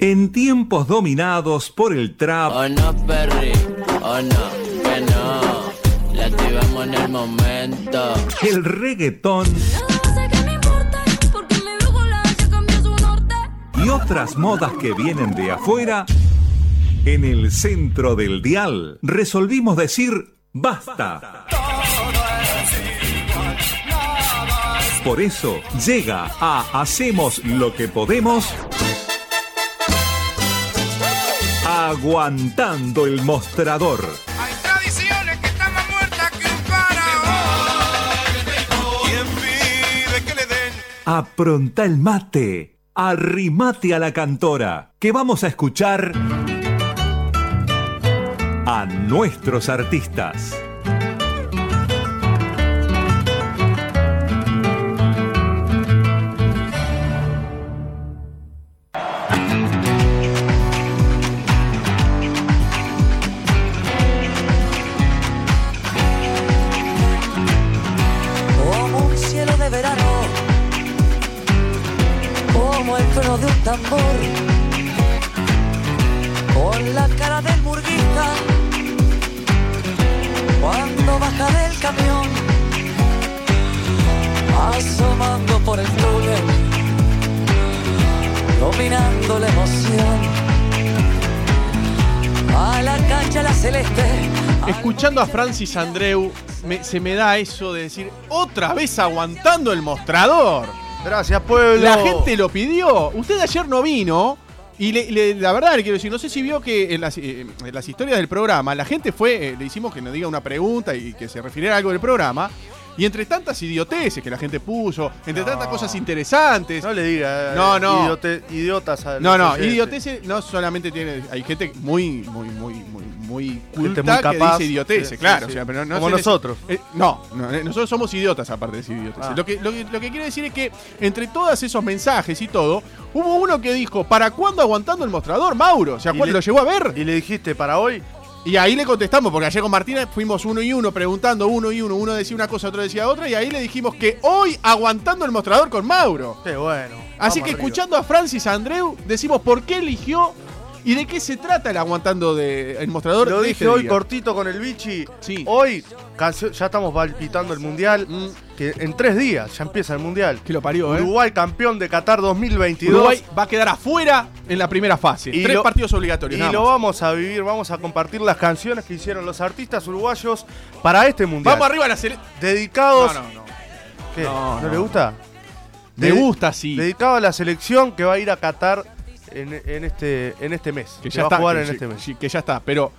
En tiempos dominados por el trap. Ah. Oh no, Perry, oh no, que no. La activamos en el momento. El reggaetón. No sé qué me importa, porque mi brújula ya cambió su norte. y otras modas que vienen de afuera, en el centro del dial resolvimos decir basta. Por eso llega a Hacemos lo que podemos. Aguantando el mostrador. Hay tradiciones que están más muertas que un faraón. ¿Quién pide que le den? Apronta el mate. Arrimate a la cantora. Que vamos a escuchar a nuestros artistas. como un cielo de verano, como el trono de un tambor, con la cara del burguista, cuando baja del camión, asomando por el túnel, dominando la emoción. A la cancha la celeste. al Escuchando a Francis Andreu, me- se me da eso de decir, otra vez aguantando el mostrador. Gracias, pueblo. La gente lo pidió. Usted ayer no vino. Y le- le- la verdad, le quiero decir, no sé si vio que en las, eh, en las historias del programa, la gente fue, eh, le hicimos que nos diga una pregunta y que se refiriera a algo del programa. Y entre tantas idioteces que la gente puso, entre No. tantas cosas interesantes. No le diga. eh, No, no. idiote- idiotas a No, los no, oyentes. idioteces no solamente tiene. Hay gente muy, muy, muy, muy, muy culta muy capaz. que dice idioteces, Sí, sí, claro. sí. o sea, pero no Como se les- nosotros. eh, no, no, eh, nosotros somos idiotas aparte de decir idioteces. Ah. Lo, que, lo, que- lo que quiero decir es que entre todos esos mensajes y todo, hubo uno que dijo: ¿Para cuándo aguantando el mostrador, Mauro? O sea, Y Juan le- lo llegó a ver. Y le dijiste, para hoy, Y ahí le contestamos, porque ayer con Martina fuimos uno y uno preguntando uno y uno. Uno decía una cosa, otro decía otra. Y ahí le dijimos que hoy aguantando el mostrador con Mauro. qué bueno. Así vamos que arriba. escuchando a Francis Andreu, decimos por qué eligió y de qué se trata el aguantando de, el mostrador. Lo de dije este hoy día. cortito con el bichi. Sí. Hoy cancio- ya estamos palpitando el mundial. Mm. Que en tres días ya empieza el mundial. Que lo parió, ¿eh? Uruguay campeón de Qatar 2022. Uruguay va a quedar afuera en la primera fase. Y Tres lo- partidos obligatorios. Y nada lo más. vamos a vivir, vamos a compartir las canciones que hicieron los artistas uruguayos para este mundial. Vamos arriba a la selección. No, Dedicados. no, no. ¿Qué? No, ¿No, no. le gusta? Me Dedi- gusta, sí. Dedicado a la selección que va a ir a Qatar en, en este, en este mes. que Que, ya va está. a jugar que, en ya- este mes. que ya está. Pero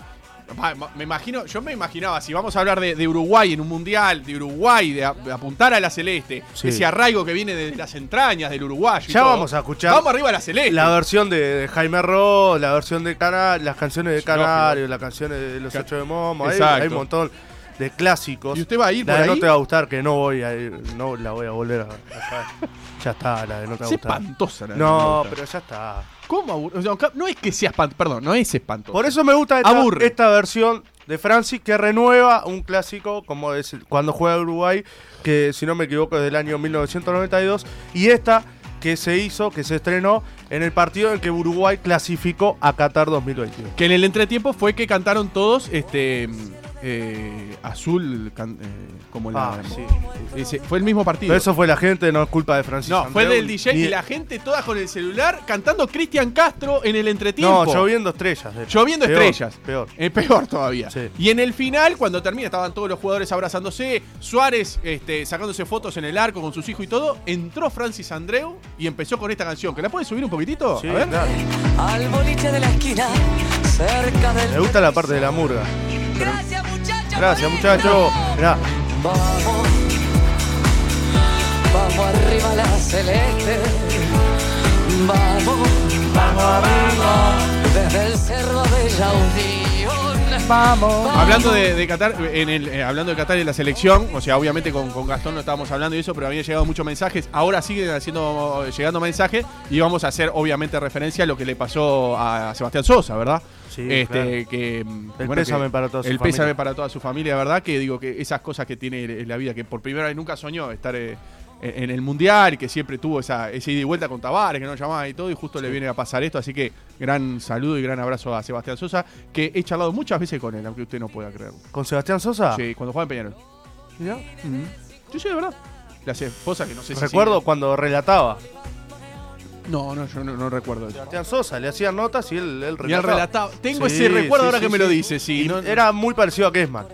va, ma- me imagino, yo me imaginaba, si vamos a hablar de, de Uruguay en un mundial, de Uruguay, de, a- de apuntar a la celeste, Sí. ese arraigo que viene de las entrañas del uruguayo. y Ya todo, vamos a escuchar Vamos arriba a la celeste. La versión de, de Jaime Ross, la versión de Cana, las canciones de Sí, lógico. Canario, las canciones de Los Ca- Ocho de Momo, hay, Exacto. hay un montón de clásicos. ¿Y usted va a ir por La de ahí? No Te Va a Gustar, que no voy a ir, no la voy a volver a, a saber. Ya está, la de No Te Va Es a Gustar. espantosa la No, nota. pero ya está. ¿Cómo aburre? O sea, ca- no es que sea espantoso, perdón, no es espantoso. Por eso me gusta esta, Aburre. esta versión de Francis que renueva un clásico como es el- cuando juega Uruguay, que si no me equivoco es del año 1992, y esta que se hizo, que se estrenó en el partido en que Uruguay clasificó a Qatar 2022. Que en el entretiempo fue que cantaron todos este mm, eh, azul can- eh, como la. Ah, sí. Ese- fue el mismo partido. Pero eso fue la gente, no es culpa de Francis. no, fue Andreu, del DJ ni- y la gente toda con el celular cantando Cristian Castro en el entretiempo. No, lloviendo estrellas. de- Lloviendo peor, estrellas. Peor. Eh, peor todavía. Sí. Y en el final, cuando termina, estaban todos los jugadores abrazándose, Suárez este, sacándose fotos en el arco con sus hijos y todo. Entró Francis Andreu y empezó con esta canción. ¿Que la puedes subir un poquitito? Sí, A ver. claro. Al boliche de la esquina, cerca del. Me gusta la parte de la murga. Gracias, muchachos. Gracias, lindo. muchachos. Mirá. Vamos, vamos arriba la celeste. Vamos, vamos arriba. Desde el cerro de Yaurión. Vamos. Hablando de, de Qatar, en el, eh, hablando de Qatar y la selección, o sea, obviamente con, con Gastón no estábamos hablando de eso, pero habían llegado muchos mensajes. Ahora siguen haciendo, llegando mensajes y vamos a hacer, obviamente, referencia a lo que le pasó a Sebastián Sosa, ¿verdad? Sí, Este, que, mm, El pésame para toda su el familia. pésame para toda su familia, ¿verdad? Que digo que esas cosas que tiene la vida, que por primera vez nunca soñó estar eh, en en el Mundial, que siempre tuvo esa, ese ida y vuelta con Tavares, que no llamaba y todo, y justo le viene a pasar esto. Así que gran saludo y gran abrazo a Sebastián Sosa, que he charlado muchas veces con él, aunque usted no pueda creerlo. ¿Con Sebastián Sosa? Sí, cuando jugaba en Peñarol. Ah. Mirá. Yo sí, de verdad. Las esposas que no sé si. Recuerdo cuando relataba. siguen. No, no, yo no, no recuerdo eso. Sebastián Sosa, le hacían notas y él, él Y él relataba. Tengo ese recuerdo ahora que me lo dice, sí. Y no- Era muy parecido a Kessman.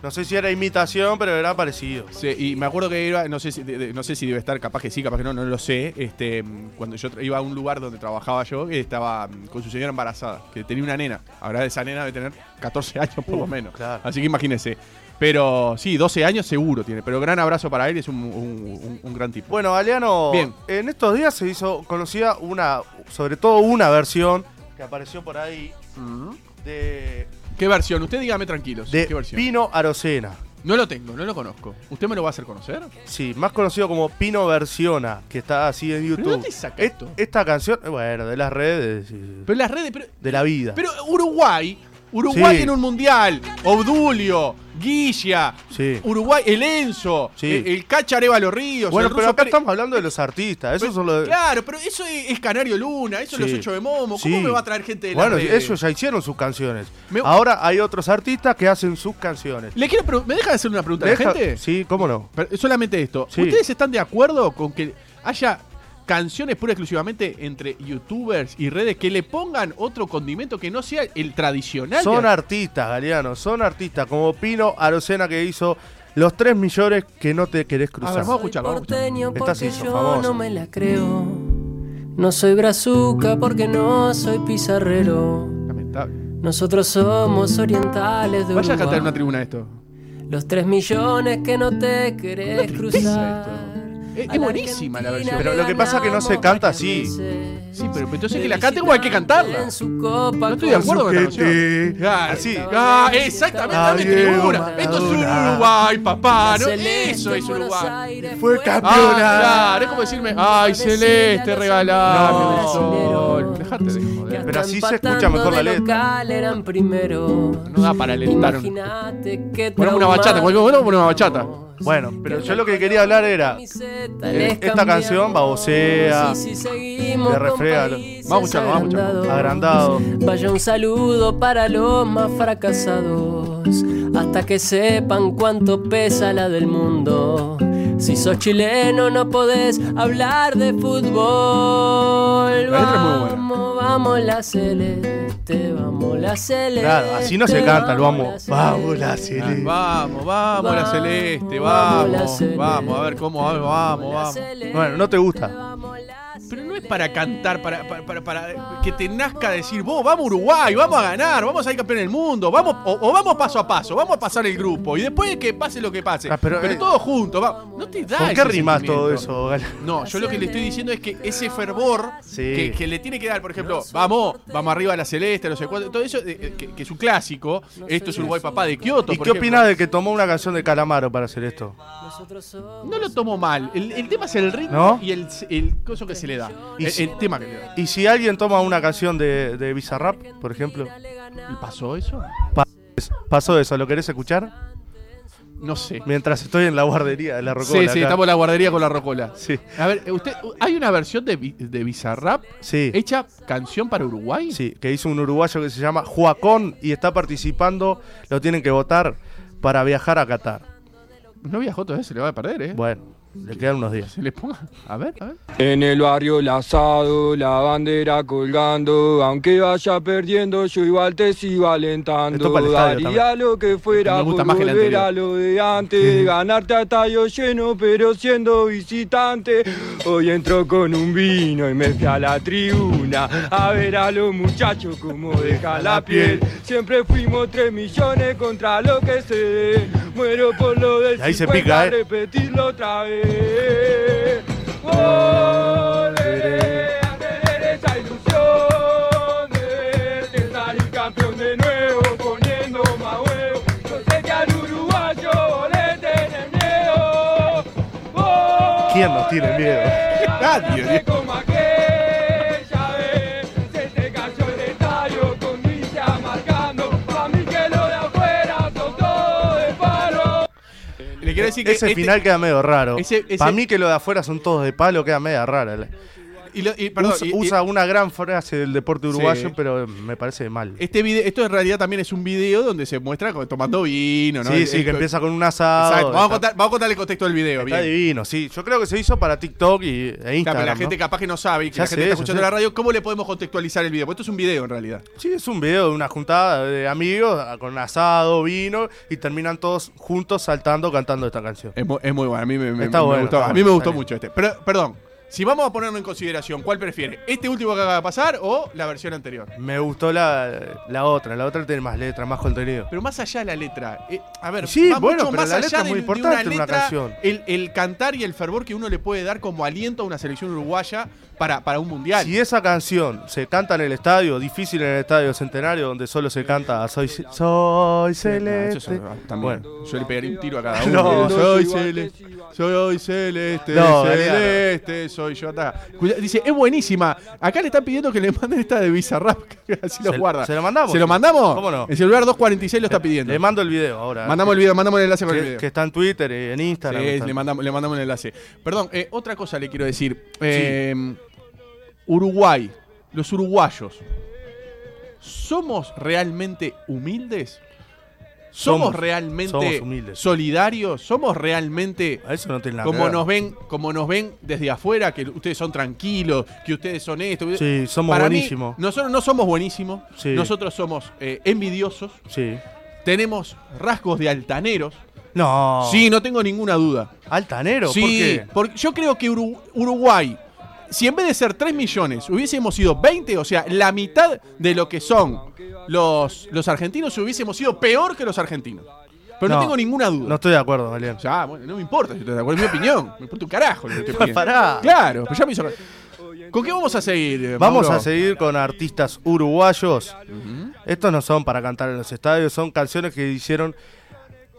No sé si era imitación, pero era parecido. Sí, y me acuerdo que iba, no sé, si, de- de- no sé si debe estar, capaz que sí, capaz que no, no lo sé. Este, mm, cuando yo tra- iba a un lugar donde trabajaba yo, eh, estaba mm, con su señora embarazada, que tenía una nena. Ahora esa nena debe tener 14 años por lo menos. Uh, claro. Así que imagínese. Pero sí, 12 años seguro tiene. Pero gran abrazo para él, es un, un- un- un gran tipo. Bueno, Galeano, Bien. en estos días se hizo conocida una, sobre todo una versión que apareció por ahí de, ¿Qué versión? Usted dígame tranquilos. de ¿Qué versión? Pino Arocena. No lo tengo, no lo conozco. ¿Usted me lo va a hacer conocer? Sí, más conocido como Pino Versiona, que está así en YouTube. dónde saca Et- esto? Esta canción, eh, bueno, de las redes, eh, Pero las redes. Pero, de la vida. pero Uruguay. Uruguay Sí. en un mundial. Obdulio, Guilla, Sí. Uruguay, el Enzo, Sí. el, el Cacha Arevalo Ríos. bueno, el pero Ruso acá Pérez. estamos hablando de los artistas. Esos son los. Claro, pero eso es, es Canario Luna, eso Sí. es los ocho de Momo. ¿Cómo Sí. me va a traer gente de las Bueno, redes? ellos ya hicieron sus canciones. Me- Ahora hay otros artistas que hacen sus canciones. Le quiero pregun- ¿Me deja de hacer una pregunta a la Deja- gente? Sí, cómo no. Pero solamente esto. Sí. ¿Ustedes están de acuerdo con que haya canciones pura y exclusivamente entre youtubers y redes que le pongan otro condimento que no sea el tradicional? Son de- artistas, Galeano, son artistas. Como Pino Arocena que hizo Los tres millones que no te querés A cruzar. ver, vamos a escucharlo. vamos a escucharlo. porteño Esta porque se hizo yo famosa. no me la creo. No soy brazuca porque no soy pizarrero. Lamentable. Nosotros somos orientales de Vaya a cantar Uruguay. en una tribuna esto. Los tres millones que no te Una querés tristeza cruzar. esto. Es- A es la buenísima la Argentina versión. Pero le lo que pasa es que no se ganamos canta varias así. veces. Sí, pero entonces que la cante como hay que cantarla. En su copa No estoy de acuerdo con esta Sujete. canción. Ah, Así. Ah, exactamente, dame Diego tribuna. Maradona. Esto es un Uruguay, papá. ¿no? Ah, Celeste Eso es en Buenos Uruguay. Aires Fue fue campeón. Ah, campeona. claro, es como decirme, ay, celeste, regalame el No. sol. Dejate de que joder. Pero así se empatando escucha mejor la de letra. local eran primero. No da para alentar un- Imagínate que Ponemos una bachata, cualquier cosa, ponemos una bachata. Bueno, pero yo lo que quería hablar era. eh, esta canción babosea. Te te refrega, lo- Vamos a escucharlo, vamos a escucharlo. Agrandado. Vaya un saludo para los más fracasados, hasta que sepan cuánto pesa la del mundo. Si sos chileno no podés hablar de fútbol. La letra es muy buena. Vamos, vamos la celeste, vamos la celeste. Claro, así no se canta, lo amo. Vamos, la celeste. Celeste. Vamos, vamos, la celeste, Vamos, la vamos. celeste. Vamos, a ver cómo, a ver, vamos, vamos. Bueno, no te gusta. Vamos la Pero no es para cantar, para, para, para- para que te nazca decir, vos, vamos a Uruguay, vamos a ganar, vamos a ir campeón del mundo, vamos, o, o vamos paso a paso, vamos a pasar el grupo, y después que pase lo que pase. Ah, pero pero, eh, todos juntos, va- no te da ¿Con qué ese rimas todo sentimiento. eso, Galeano? No, yo lo que le estoy diciendo es que ese fervor Sí. que, que le tiene que dar, por ejemplo, vamos, vamos arriba a la celeste, no sé cuánto, todo eso, eh, eh, que, que es un clásico, esto es Uruguay papá de Kioto. ¿Y por qué ejemplo. opinas de que tomó una canción de Calamaro para hacer esto? Nosotros somos No lo tomo mal, el, el tema es el ritmo ¿No? y el, el coso que se le da, Y el, si- el tema que le da. ¿Y si alguien toma una canción de, de Bizarrap, por ejemplo? ¿Y pasó eso? Pasó eso, ¿lo querés escuchar? No sé. Mientras estoy en la guardería de la Rocola. sí, sí, acá. estamos en la guardería con la rocola. Sí, A ver, usted, ¿hay una versión de, Bi- de Bizarrap sí, hecha canción para Uruguay? sí, que hizo un uruguayo que se llama Juacón y está participando, lo tienen que votar para viajar a Qatar. No viajó todavía, se le va a perder, ¿eh? Bueno, le quedan unos días. Se le ponga. A ver, a ver. En el barrio el asado, la bandera colgando, aunque vaya perdiendo yo igual te sigo Esto alentando. para el estadio Daría lo que Me Ah, fuera gusta por pues, más que el volver a anterior. lo de antes, ganarte a tallo lleno pero siendo visitante. Hoy entro con un vino y me fui a la tribuna a ver a los muchachos como deja la piel. Siempre fuimos tres millones contra lo que se dé. muero por lo del Ahí se 50, pica, ¿eh? repetirlo otra vez. Volveré a tener esa ilusión de, de salir campeón de nuevo, poniendo más huevo. Yo sé que al uruguayo le tenés miedo. ¿Quién nos tiene miedo? Nadie, Nadie. Como aquella vez, se te cayó el estadio con misa marcando. Pa' mí que lo de afuera son todo de palo. Le quiere decir que ese este- final queda medio raro. Ese- ese- Para mí que lo de afuera son todos de palo, queda media rara. La- Y lo- y, perdón, usa y- y- usa una gran frase del deporte uruguayo, Sí. pero me parece mal. este video, esto en realidad también es un video donde se muestra co- tomando vino, ¿no? sí, El- sí, el- que empieza con un asado. Exacto. Vamos a, está- contar, vamos a contar el contexto del video, Está bien. divino, sí. Yo creo que se hizo para TikTok y, e Claro, Instagram. pero la ¿no? gente capaz que no sabe y que Ya la gente sé, está ya escuchando sé. la radio, ¿cómo le podemos contextualizar el video? Porque esto es un video en realidad. Sí, es un video de una juntada de amigos ah, con asado, vino y terminan todos juntos saltando, cantando esta canción. Es, mu- es muy bueno, a mí me, me- Está me bueno, gustó, está a mí me bueno, gustó está mucho este. Pero, perdón, si vamos a ponerlo en consideración, ¿cuál prefiere? ¿Este último que acaba de pasar o la versión anterior? Me gustó la, la otra, la otra tiene más letra, más contenido. Pero más allá de la letra, eh, a ver, Sí, va bueno, mucho pero más la allá letra es de, muy de importante en una una letra, canción. El, el cantar y el fervor que uno le puede dar como aliento a una selección uruguaya para, para un mundial. Si esa canción se canta en el estadio, difícil en el estadio centenario, donde solo se canta Soy, ce- soy No, eso Celeste. es- también. Bueno, Yo le pegaría un tiro a cada No, uno. soy soy celeste, soy celeste, No, celeste, soy yo. ta. Cuida- Dice, es buenísima. Acá le están pidiendo que le manden esta de Bizarrap, que así lo Se- guarda. se lo mandamos. ¿Se lo mandamos? Eh, ¿Cómo no? El celular 246 lo está pidiendo. le mando el video ahora. ¿eh? mandamos el video, mandamos el enlace con el que, video. que está en Twitter y en Instagram. Sí, está. le mandamos, le mandamos el enlace. Perdón, eh, otra cosa le quiero decir. Eh, Uruguay, los uruguayos, ¿somos realmente humildes? ¿Somos, Somos, realmente somos humildes. solidarios? ¿Somos realmente A Eso no tiene nada que como ver. nos, ven, como nos ven desde afuera? Que ustedes son tranquilos, que ustedes son esto. Sí, somos Para mí, buenísimos. nosotros no somos buenísimos, Sí. nosotros somos eh, envidiosos, Sí. tenemos rasgos de altaneros. No. Sí, no tengo ninguna duda. Altanero, ¿por Sí, qué? porque yo creo que Uru- Uruguay, si en vez de ser 3 millones hubiésemos sido 20, o sea, la mitad de lo que son los, los argentinos, hubiésemos sido peor que los argentinos. Pero no, No, tengo ninguna duda. No estoy de acuerdo, Galeano. Ya, bueno, no me importa si te de acuerdo, es mi opinión. Me importa un carajo lo que te opine. Pará. Claro, pero ya me hizo. ¿Con qué vamos a seguir? eh, Vamos Mauro? a seguir con artistas uruguayos. Estos no son para cantar en los estadios, son canciones que hicieron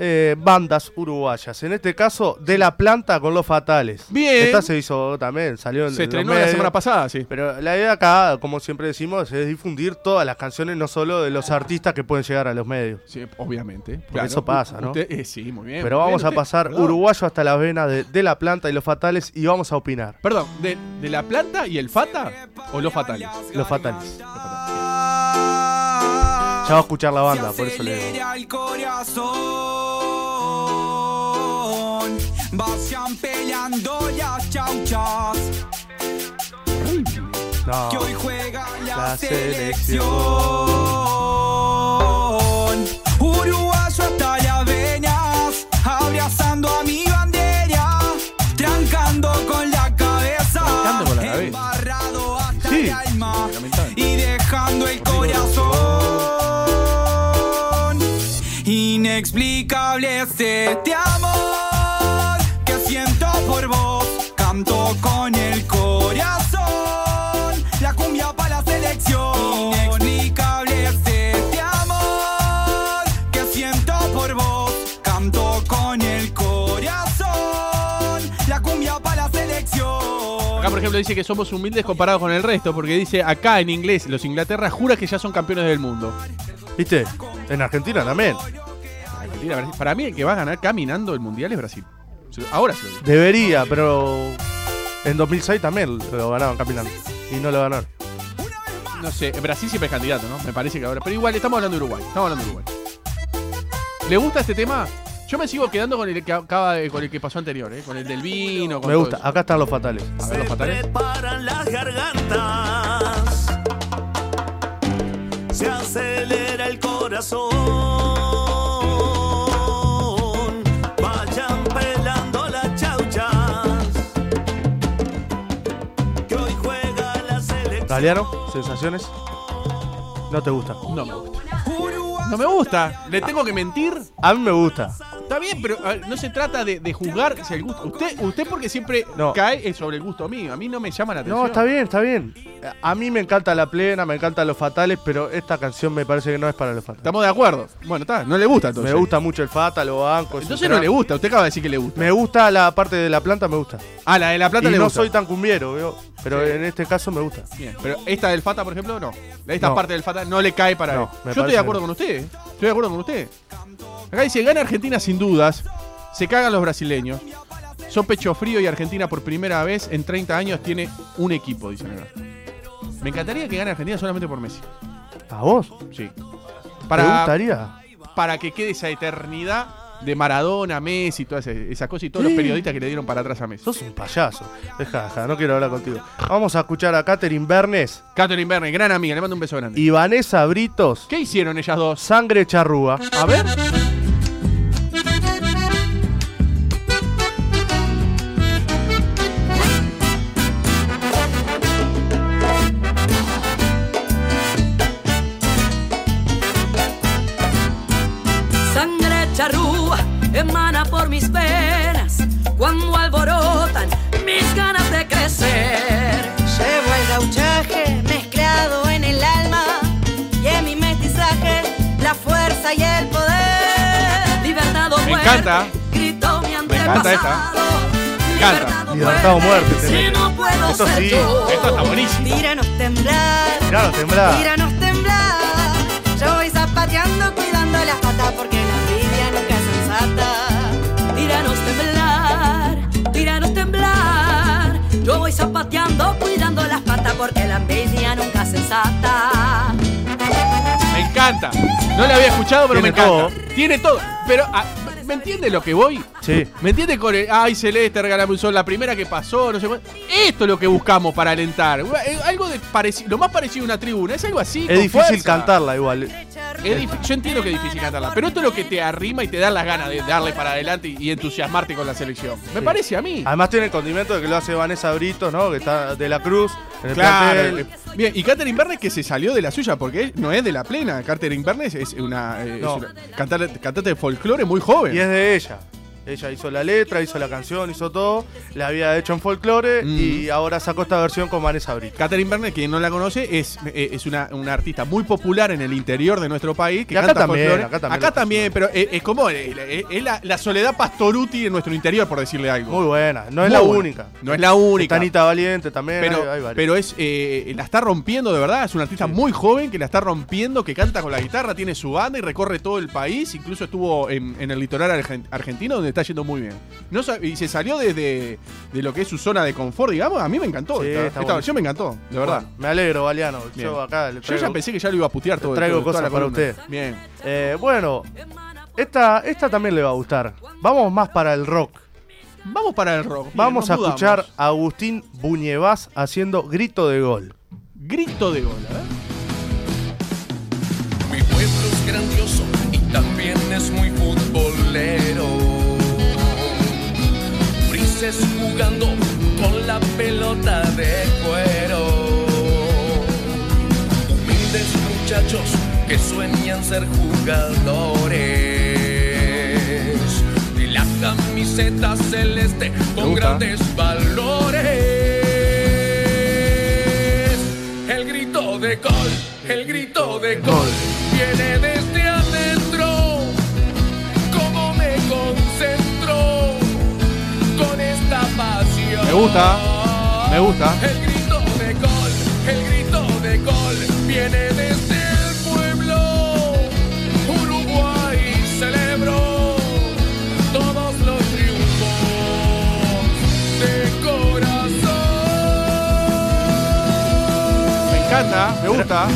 eh, bandas uruguayas. En este caso, De la Planta con los Fatales. Bien. Esta se hizo también, salió en Se en los estrenó la medios. semana pasada, sí. Pero la idea acá, como siempre decimos, es difundir todas las canciones, no solo de los artistas que pueden llegar a los medios. Sí, obviamente. eso pasa, ¿no? Usted- eh, sí, muy bien. Pero muy bien, Ah. vamos a usted- pasar perdón. uruguayo hasta las venas de De la Planta y los Fatales y vamos a opinar. Perdón, de, ¿de la planta y el fata o los fatales? Los Fatales. Ah, Ya va a escuchar la banda, Ah, por eso le digo. el corazón. Vayan peleando las chauchas. No. juega La selección. Uruguayo hasta las venas, abrazando a mi bandera, trancando con la cabeza, Trancando con la cabeza. embarrado hasta Sí, el alma lamentable. y dejando el corazón. Inexplicable es este amor que siento por vos, canto con el corazón, la cumbia para la selección. Inexplicable es este amor que siento por vos, canto con el corazón, la cumbia para la selección. Acá, por ejemplo, dice que somos humildes comparados con el resto, porque dice acá en inglés, los Inglaterra jura que ya son campeones del mundo. ¿Viste? En Argentina también. Argentina, Brasil. Para mí, el que va a ganar caminando el mundial es Brasil. Se- Ahora se lo digo. Debería, pero. En 2006 también lo ganaron caminando. Y no lo ganaron. No sé, Brasil siempre es candidato, ¿no? Me parece que ahora. Pero igual, estamos hablando de Uruguay. Estamos hablando de Uruguay. ¿Le gusta este tema? Yo me sigo quedando con el que acaba de- con el que pasó anterior, ¿eh? Con el del vino, con Me todo gusta. eso. Acá están los fatales. A ver, los fatales. Preparan las gargantas, se acelera el corazón, vayan pelando las chauchas, que hoy juega la selección. Galeano, sensaciones. No te gusta. No me gusta. No me gusta. ¿Le tengo que mentir? A mí me gusta. Está bien, pero a ver, no se trata de, de juzgar si el gusto. Usted, usted porque siempre No. cae eh, sobre el gusto mío. A mí no me llama la atención. No, está bien, está bien. A mí me encanta la plena, me encantan los fatales, pero esta canción me parece que no es para los fatales. Estamos de acuerdo. Bueno, está, no le gusta entonces. Me gusta mucho el fatal, los bancos. Entonces no le gusta, usted acaba de decir que le gusta. Me gusta la parte de la planta, me gusta. Ah, la de la plata y le no gusta. soy tan cumbiero, ¿vio? pero en este caso me gusta. Bien, pero esta del Fata, por ejemplo, no. Esta No. parte del Fata no le cae para No, él. me Yo ¿eh? estoy de parece acuerdo con usted. Estoy de acuerdo con usted. Acá dice, gana Argentina sin dudas. Se cagan los brasileños. Son pecho frío y Argentina por primera vez en 30 años tiene un equipo, dicen acá. Me encantaría que gane Argentina solamente por Messi. ¿A vos? Sí. ¿Te Para, gustaría? para que quede esa eternidad de Maradona, Messi, todas esas, esas cosas y todos los periodistas que le dieron para atrás a Messi. Sos un payaso. Deja, deja, no quiero hablar contigo. Vamos a escuchar a Catherine Bernes Catherine Verne, gran amiga, le mando un beso grande. y Vanessa Britos. ¿Qué hicieron ellas dos? Sangre charrúa. A ver. Sangre charrúa emana por mis venas cuando alborotan mis ganas de crecer. Llevo el gauchaje mezclado en el alma y en mi mestizaje la fuerza y el poder. Libertado Me muerte, encanta. grito mi encanta esta. antepasado. encanta. Libertado muerte, te Si mete. no puedo Esto ser sí, yo. Esto está buenísimo. Tíranos temblar, Claro, temblá. tíranos temblar. Yo voy zapateando, cuidando las patas porque la envidia nunca es sensata. Tíranos temblar, tíranos temblar. Yo voy zapateando, cuidando las patas porque la envidia nunca se ensata. Me encanta. No la había escuchado, pero Tiene me encanta. todo. Tiene todo. Pero, ah, ¿me entiende lo que voy? Sí. ¿Me entiende con el. Ay, Celeste, regálame un sol, la primera que pasó, no sé cuánto? Esto es lo que buscamos para alentar. Una- eh, Algo de parecido. Lo más parecido a una tribuna. Es algo así. con Es difícil fuerza. cantarla igual. Es dif- yo entiendo que es difícil cantarla, pero esto es lo que te arrima y te da las ganas de darle para adelante y, y entusiasmarte con la selección. Me parece a mí. Además tiene el condimento de que lo hace Vanessa Brito, ¿no? Que está de la Cruz. en el plantel. eh, Bien, y Catherine Bernes que se salió de la suya porque él no es de la plena. Catherine Bernes es una, eh, es No. una cantar- cantante de folclore muy joven. eh, Y es de ella. Ella hizo la letra, hizo la canción, hizo todo. La había hecho en folclore Mm. y ahora sacó esta versión con Vanessa Brito. Catherine Berner, quien no la conoce, es, eh, es una, una artista muy popular en el interior de nuestro país. Que Y acá canta también, folclore. acá también la también, pero eh, es, como eh, eh, es la, la soledad pastoruti en nuestro interior, por decirle algo. Muy buena. No es Muy la buena. única. No es la única. Está Anita Valiente también. hay- pero, hay varias. pero es eh, la está rompiendo de verdad, es una artista muy joven que la está rompiendo, que canta con la guitarra, tiene su banda y recorre todo el país, incluso estuvo en, en el litoral argen- argentino donde está yendo muy bien. No sa- y se salió desde de lo que es su zona de confort, digamos, a mí me encantó. Sí, esta, está esta bueno. versión me encantó, de verdad. Bueno, me alegro, Valiano. Bien. Yo acá Yo le traigo- ya pensé que ya lo iba a putear todo. traigo todo- toda cosas la para columna. usted. Bien. Eh, bueno, esta, esta también le va a gustar. Vamos más para el rock. Vamos para el rock. Bien, Vamos nos a mudamos. escuchar a Agustín Buñevás haciendo grito de gol. Grito de ¿eh? gol, a ver. Mi pueblo es grandioso y también es muy futbolero. Brises jugando con la pelota de cuero. Humildes muchachos que sueñan ser jugadores. De la camiseta celeste con gusta. grandes valores. El grito de gol, el grito de gol viene desde adentro. Como me concentro con esta pasión. Me gusta, me gusta. El grito de gol, el grito de gol viene desde el pueblo. Uruguay celebró todos los triunfos de corazón. Me encanta, me gusta.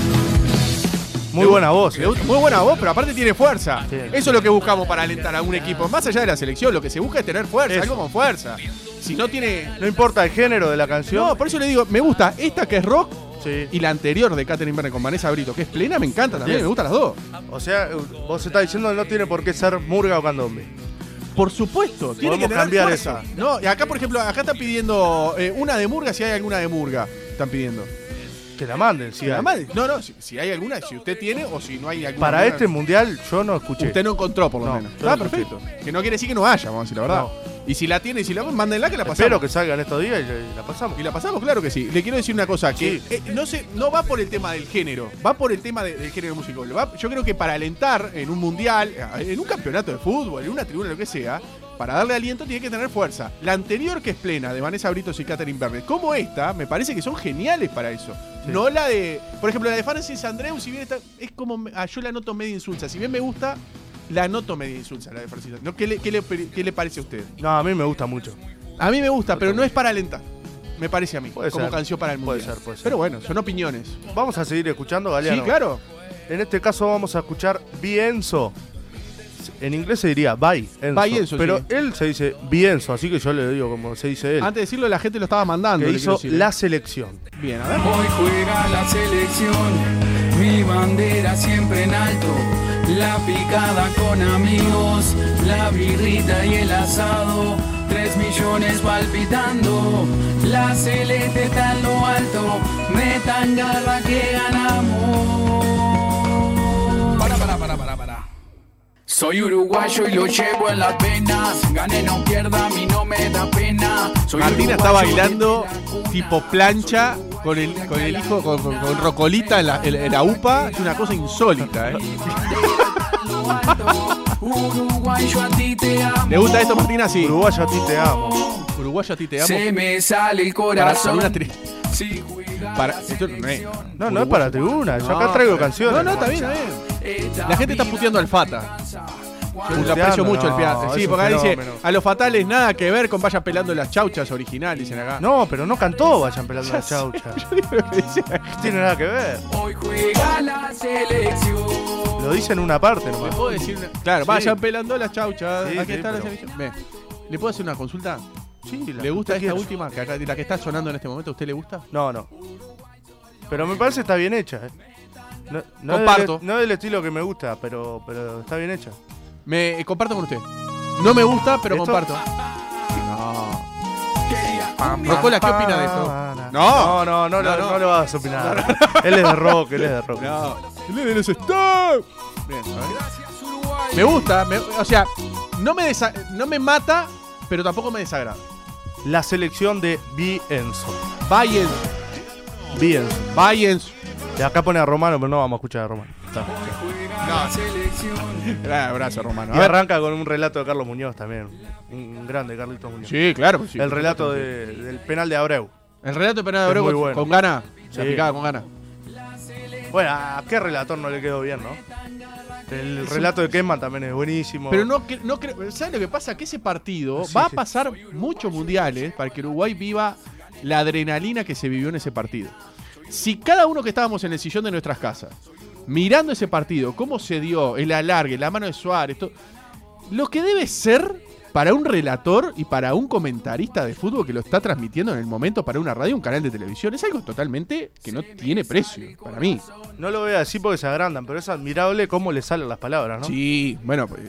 Muy buena voz. ¿eh? Le gusta- Muy buena voz, pero aparte tiene fuerza. Sí. Eso es lo que buscamos para alentar a un equipo. Más allá de la selección, lo que se busca es tener fuerza, Eso. algo con fuerza. Si no tiene. No importa el género de la canción. No, por eso le digo, me gusta esta que es rock Sí. y la anterior de Catherine Verne con Vanessa Brito, que es plena, me encanta también, Bien. me gustan las dos. O sea, vos estás diciendo que no tiene por qué ser murga o candombe. Por supuesto, tiene que Podemos tener cambiar fuerza. esa. No, y acá, por ejemplo, acá están pidiendo eh, una de murga, si hay alguna de murga. Están pidiendo. Que la manden, sí. Nada más. No, no, si, si hay alguna, si usted tiene o si no hay alguna. Para murga, este mundial yo no escuché. Usted no encontró, por lo No, menos. yo Ah, no escuché. perfecto. Que no quiere decir que no haya, vamos a decir la verdad. No. Y si la tiene y si la mándenla que la pasamos. Espero que salgan estos días y la- y la pasamos. Y la pasamos, claro que sí. Le quiero decir una cosa, que Sí. eh, no se, no va por el tema del género, va por el tema de- del género musical. Va- yo creo que para alentar en un mundial, eh, en un campeonato de fútbol, en una tribuna, lo que sea, para darle aliento tiene que tener fuerza. La anterior que es plena, de Vanessa Britos y Catherine Bernet, como esta, me parece que son geniales para eso. No la de, por ejemplo, la de Francis Andreu, si bien está, es como, me- ah, yo la noto medio insulsa. Si bien me gusta, la noto media insulsa, la de Francisco. ¿no? ¿Qué, le, qué le- qué le parece a usted? No, a mí me gusta mucho. A mí me gusta, pero no es para alentar. Me parece a mí, Puede como ser. canción para el mundo. Puede ser, puede ser. Pero bueno, son opiniones. Vamos a seguir escuchando, Galeano. Sí, claro. En este caso vamos a escuchar Bienzo. En inglés se diría Bye Enzo. Bye, Enzo, pero sí. él se dice Bienzo, así que yo le digo como se dice él. Antes de decirlo, la gente lo estaba mandando. que le quiero hizo decir, ¿eh? la selección. Bien, a ver. Hoy juega la selección, mi bandera siempre en alto, la picada con amigos, la birrita y el asado, tres millones palpitando, la celeste está en lo alto, metan garra que ganamos. Para, para, para, para, para. Soy uruguayo y lo llevo en las venas. Gane, no pierda, a mí no me da pena. Soy Martina uruguayo está de bailando tipo plancha con el, con el hijo, con, con- con Rocolita en la, en- en la UPA. Es una cosa insólita, ¿eh? lo alto. Uruguayo a ti te amo. ¿Le gusta esto, Martina? Sí. Uruguayo a ti te amo. Uruguayo a ti te amo. Se me sale el Para- para corazón. una tri- Si juega para- esto no es. No, no es para la tribuna, yo acá traigo canciones. No, no, está bien, está bien. La gente está puteando al Fata. Yo lo Puteando, aprecio mucho el no, Fiat. Sí, es un porque acá dice, fenómeno. a los fatales nada que ver con vaya pelando las chauchas originales, dicen acá. No, pero no cantó Vayan pelando Ya la sé, chaucha. No tiene nada que ver. Hoy juega la selección. Lo dice en una parte ¿Le nomás. puedo decir una- Claro, Sí. vayan pelando las chauchas. Sí, Aquí sí, está la pero- selección. Ve, ¿Le puedo hacer una consulta? Sí, la ¿Le gusta puta esta quiero. última, que acá- la que está sonando en este momento? ¿A usted le gusta? No, no. Pero me parece que está bien hecha, eh. No, no Comparto. es del- no es del estilo que me gusta, pero, pero está bien hecha. Me eh, comparto con usted. No me gusta, pero ¿Esto? comparto. No. Rocola, ¿qué opina de esto? No, no, no, no, no le vas a opinar. Él es de rock, él es de rock. No. Él es de los Stones. Bien, a ver. Me gusta, me- o sea, no me, desa- no me mata, pero tampoco me desagrada. La selección de Bienzo. Bayern, Bienzo. Bayern. Y acá pone a Romano, pero no vamos a escuchar a Romano. Está. La selección. Abrazo, Romano. Y arranca con un relato de Carlos Muñoz también. Un grande Carlitos Muñoz. Sí, claro, pues sí. El relato de- del penal de Abreu. El relato de Penado Es Abreu muy con, bueno. con gana. La Sí. picada con gana. Bueno, ¿a qué relator no le quedó bien, no? El relato de Kesman también es buenísimo. Pero no, cre- no creo. ¿Sabes lo que pasa? Que ese partido Sí, va a sí. pasar muchos mundiales para que Uruguay viva la adrenalina que se vivió en ese partido. Si cada uno que estábamos en el sillón de nuestras casas, mirando ese partido, cómo se dio, el alargue, la mano de Suárez, todo, lo que debe ser para un relator y para un comentarista de fútbol que lo está transmitiendo en el momento para una radio, un canal de televisión, es algo totalmente que no tiene precio para mí. No lo voy a decir porque se agrandan, pero es admirable cómo le salen las palabras, ¿no? Sí, bueno, pues,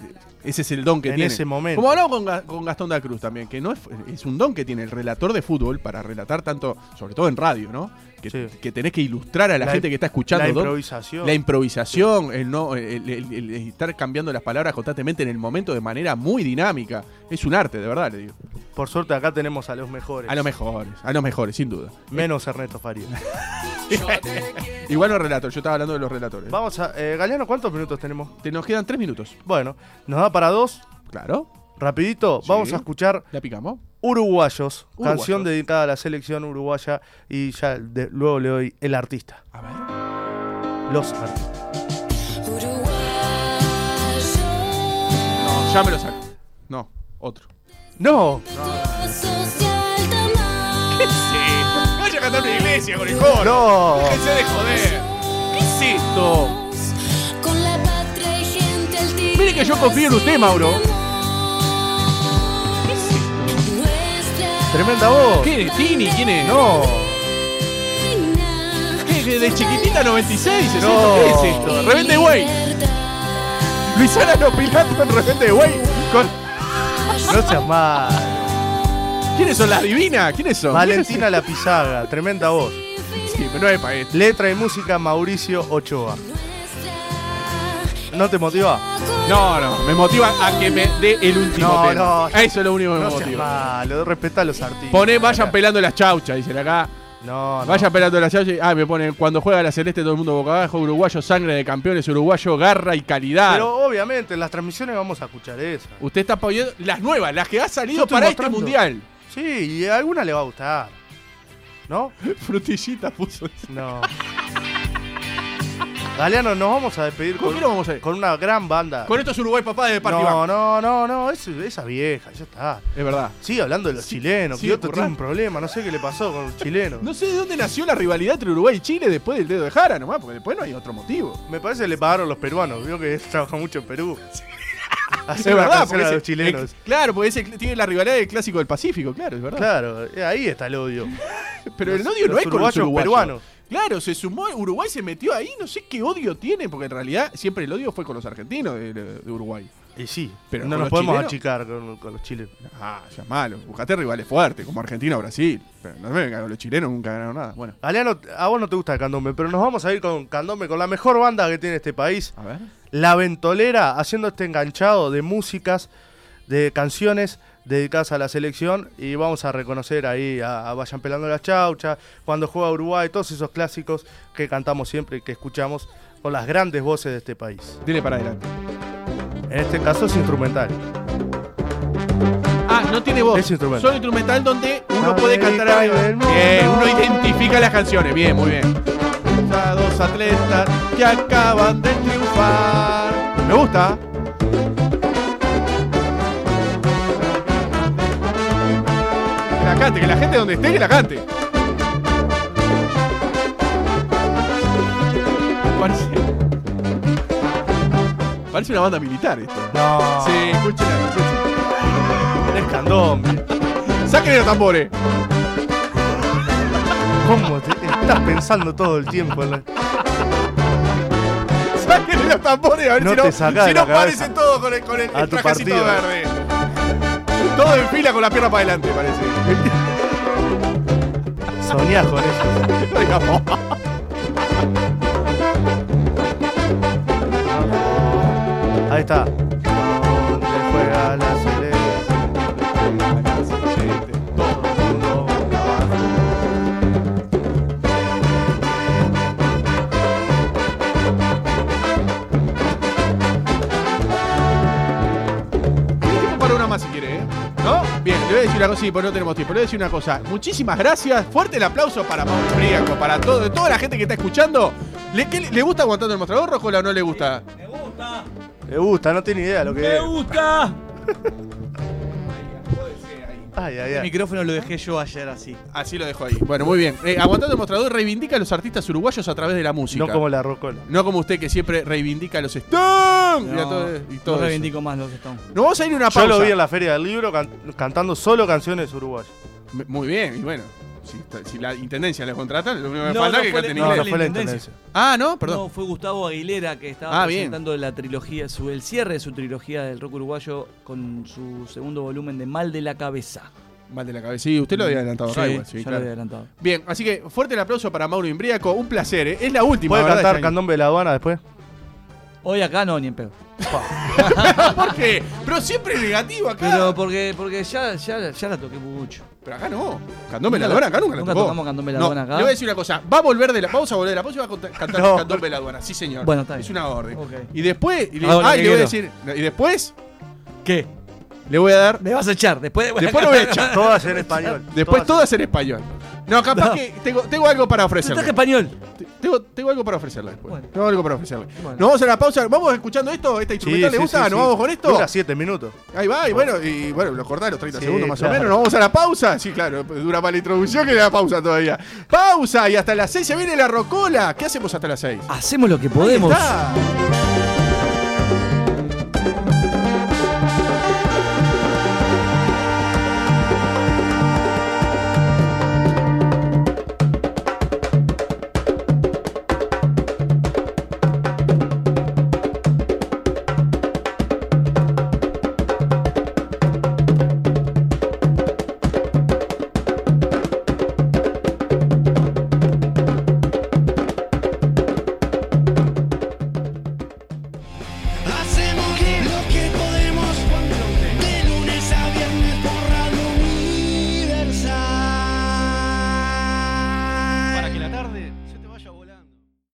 ese es el don que En tiene. ese momento. Como hablamos con, Ga- con Gastón da Cruz también, que no es, es un don que tiene el relator de fútbol para relatar tanto, sobre todo en radio, ¿no? Que, Sí. que tenés que ilustrar a la, La gente im- que está escuchando. la don- improvisación. La improvisación, el, no, el- el- el- el estar cambiando las palabras constantemente en el momento de manera muy dinámica. Es un arte, de verdad, le digo. Por suerte acá tenemos a los mejores. A los mejores, a los mejores, sin duda. Menos Ernesto Farías. Igual los relatores, yo estaba hablando de los relatores. Vamos a. eh, Galeano, ¿cuántos minutos tenemos? Te, nos quedan tres minutos. Bueno, nos da para dos. Claro. Rapidito, vamos Sí. a escuchar La picamos. Uruguayos, Uruguayos. canción dedicada a la selección uruguaya y ya de- luego le doy el artista. A ver. Los artistas. No, ya me lo saco. No, otro. ¡No! Vaya a cantar una iglesia con el ¡No! Déjense de joder. ¿Qué es esto? Con la patria y gente al tiro. Mire que yo confío en usted, Mauro. ¡Tremenda voz! ¿Qué? ¿Tini? ¿Quién es? ¡No! ¿Qué? ¿De- ¿De chiquitita 96? ¿Es No. esto? ¿Qué es esto? Rebelde Way. Luisana no pilato en Rebelde Way. Eh, Con... No seas mal. ¿Quiénes son las divinas? ¿Quiénes son? Valentina La Pizaga, tremenda voz. Sí, pero no es para esto. Letra y música Mauricio Ochoa. ¿No te motiva? No, no. Me motiva a que me dé el último No, tema. no. Eso es lo único que me No seas motiva. malo, respeta a los artistas. Poné, vayan pelando las chauchas, dicen acá. No, no. Vayan pelando las chauchas. Ah, me ponen, cuando juega la celeste todo el mundo boca abajo, uruguayo, sangre de campeones, uruguayo, garra y calidad. Pero obviamente en las transmisiones vamos a escuchar eso. Usted está apoyando las nuevas, las que ha salido Yo estoy para mostrando. este mundial. Sí, y a alguna le va a gustar. ¿No? Frutillita puso. No. Galeano, nos vamos a despedir con, con una gran banda. Con esto es Uruguay, papá de Party No, Band. no, no, no, es- esa vieja, ya está. Es verdad. Sigue hablando de los chilenos, sí, que otro currá. tiene un problema, no sé qué le pasó con los chilenos. No sé de dónde nació la rivalidad entre Uruguay y Chile después del dedo de Jara, nomás, porque después no hay otro motivo. Me parece que le pagaron los peruanos, vio que trabaja mucho en Perú. Es Hacer una verdad, canción porque a ese- los chilenos. ex- claro, porque ese cl- tiene la rivalidad del clásico del Pacífico, claro, es verdad. Claro, eh, ahí está el odio. Pero el Los- odio no los es con los uruguayos uruguayos. peruanos. Claro, se sumó, Uruguay se metió ahí, no sé qué odio tiene, porque en realidad siempre el odio fue con los argentinos de, de Uruguay. Y sí, Pero no con los nos podemos chilenos- achicar con, con los chilenos. Ah, ya malo. Buscate rivales fuertes, como Argentina o Brasil. Pero no me vengan con los chilenos, nunca ganaron nada. Bueno, Galeano, a vos no te gusta el candombe, pero nos vamos a ir con candombe, con la mejor banda que tiene este país. a ver. La Ventolera, haciendo este enganchado de músicas, de canciones dedicadas a la selección. Y vamos a reconocer ahí a, a Vayan Pelando la Chaucha, cuando juega Uruguay, todos esos clásicos que cantamos siempre y que escuchamos con las grandes voces de este país. Dile para adelante. En este caso es instrumental. Ah, no tiene voz. Es instrumental. Solo instrumental donde uno puede cantar algo. Bien, uno identifica las canciones. Bien, muy bien. A dos atletas que acaban de triunfar. Me gusta. Que la cante, que la gente donde esté, que la cante. Parece, parece una banda militar esto. No, Sí, escúchenla, escúchenla. es candombe. Saquen los tambores. ¿Cómo te- estás pensando todo el tiempo? en la- Sáquenle los tambores a ver No si no, te sacás si de la no cabeza. parecen todos con el, con el, A el tu trajecito partido. verde. Todo en fila con la pierna para adelante, parece. Soñás con eso. No digamos. Ahí está. ¿Dónde juega la selección? Todo el mundo abajo. Tiene tiempo para una más si quiere, ¿eh? ¿No? Bien, le voy a decir una cosa, sí, porque no tenemos tiempo. Le voy a decir una cosa. Muchísimas gracias. Fuerte el aplauso para Mauro Friaco, para todo, toda la gente que está escuchando. ¿Le, qué le- le gusta aguantando el mostrador, Rojola, o no le gusta? Me gusta, no tiene idea lo que es. gusta! Ay, ay, El ay. micrófono lo dejé yo ayer así. Así lo dejo ahí. Bueno, muy bien. Eh, aguantando el mostrador reivindica a los artistas uruguayos a través de la música. No como la rocola. No como usted que siempre reivindica a los Stones. y a No, todo- y todo no eso. reivindico más los Stones. Nos vamos a ir a una pausa. Yo lo vi en la Feria del Libro can- cantando solo canciones uruguayas. M- Muy bien, y bueno. Si, está- si la intendencia les contrata, lo único que No, falta es no que fue canten la- No, inglés. no fue la Intendencia. intendencia. Ah, no, perdón. No, fue Gustavo Aguilera que estaba Ah, bien. presentando la trilogía, su, el cierre de su trilogía del rock uruguayo con su segundo volumen de Mal de la Cabeza. Mal de la cabeza. Sí, usted lo había adelantado sí, acá igual, sí, ya claro. lo había adelantado. Bien, así que fuerte el aplauso para Mauro Imbriaco. Un placer, ¿eh? Es la última. ¿Puede ¿verdad? cantar este año. Candombe de la Habana después? Hoy acá no, ni en pedo. ¿Por qué? Pero siempre negativo acá. Pero porque, porque ya, ya, ya la toqué mucho. Pero acá no. Candombe la Nunca la- aduana, acá nunca, nunca la tocó. tocamos Candombe la No, Aduana acá. Le voy a decir una cosa. Va a volver de la. Vamos a volver de la pausa y va a cont- cantar No. Candombe la aduana. Sí, señor. Bueno, está bien. Es una orden. Ok. Y después. Y le, Hago lo ah, que y le voy a decir. quiero. Y después. ¿Qué? Le voy a dar. Me vas a echar. Después, Después lo voy a echar. Todas en español. Después Todas todas en español. No, capaz No. que tengo, tengo algo para Tú traje ofrecerle. español. Tengo, tengo algo para ofrecerle después. Bueno. Tengo algo para ofrecerle. Bueno. Nos vamos a la pausa. ¿Vamos escuchando esto? ¿Esta Sí, instrumental sí, le gusta? sí, ¿Nos sí. vamos con esto? Dura 7 minutos. Ahí va, y bueno, y bueno, lo cortá los 30 Sí, segundos más claro. o menos. Nos vamos a la pausa. Sí, claro, dura más la introducción que la pausa todavía. Pausa y hasta las 6 se viene la rocola. ¿Qué hacemos hasta las 6? Hacemos lo que podemos. Ahí está.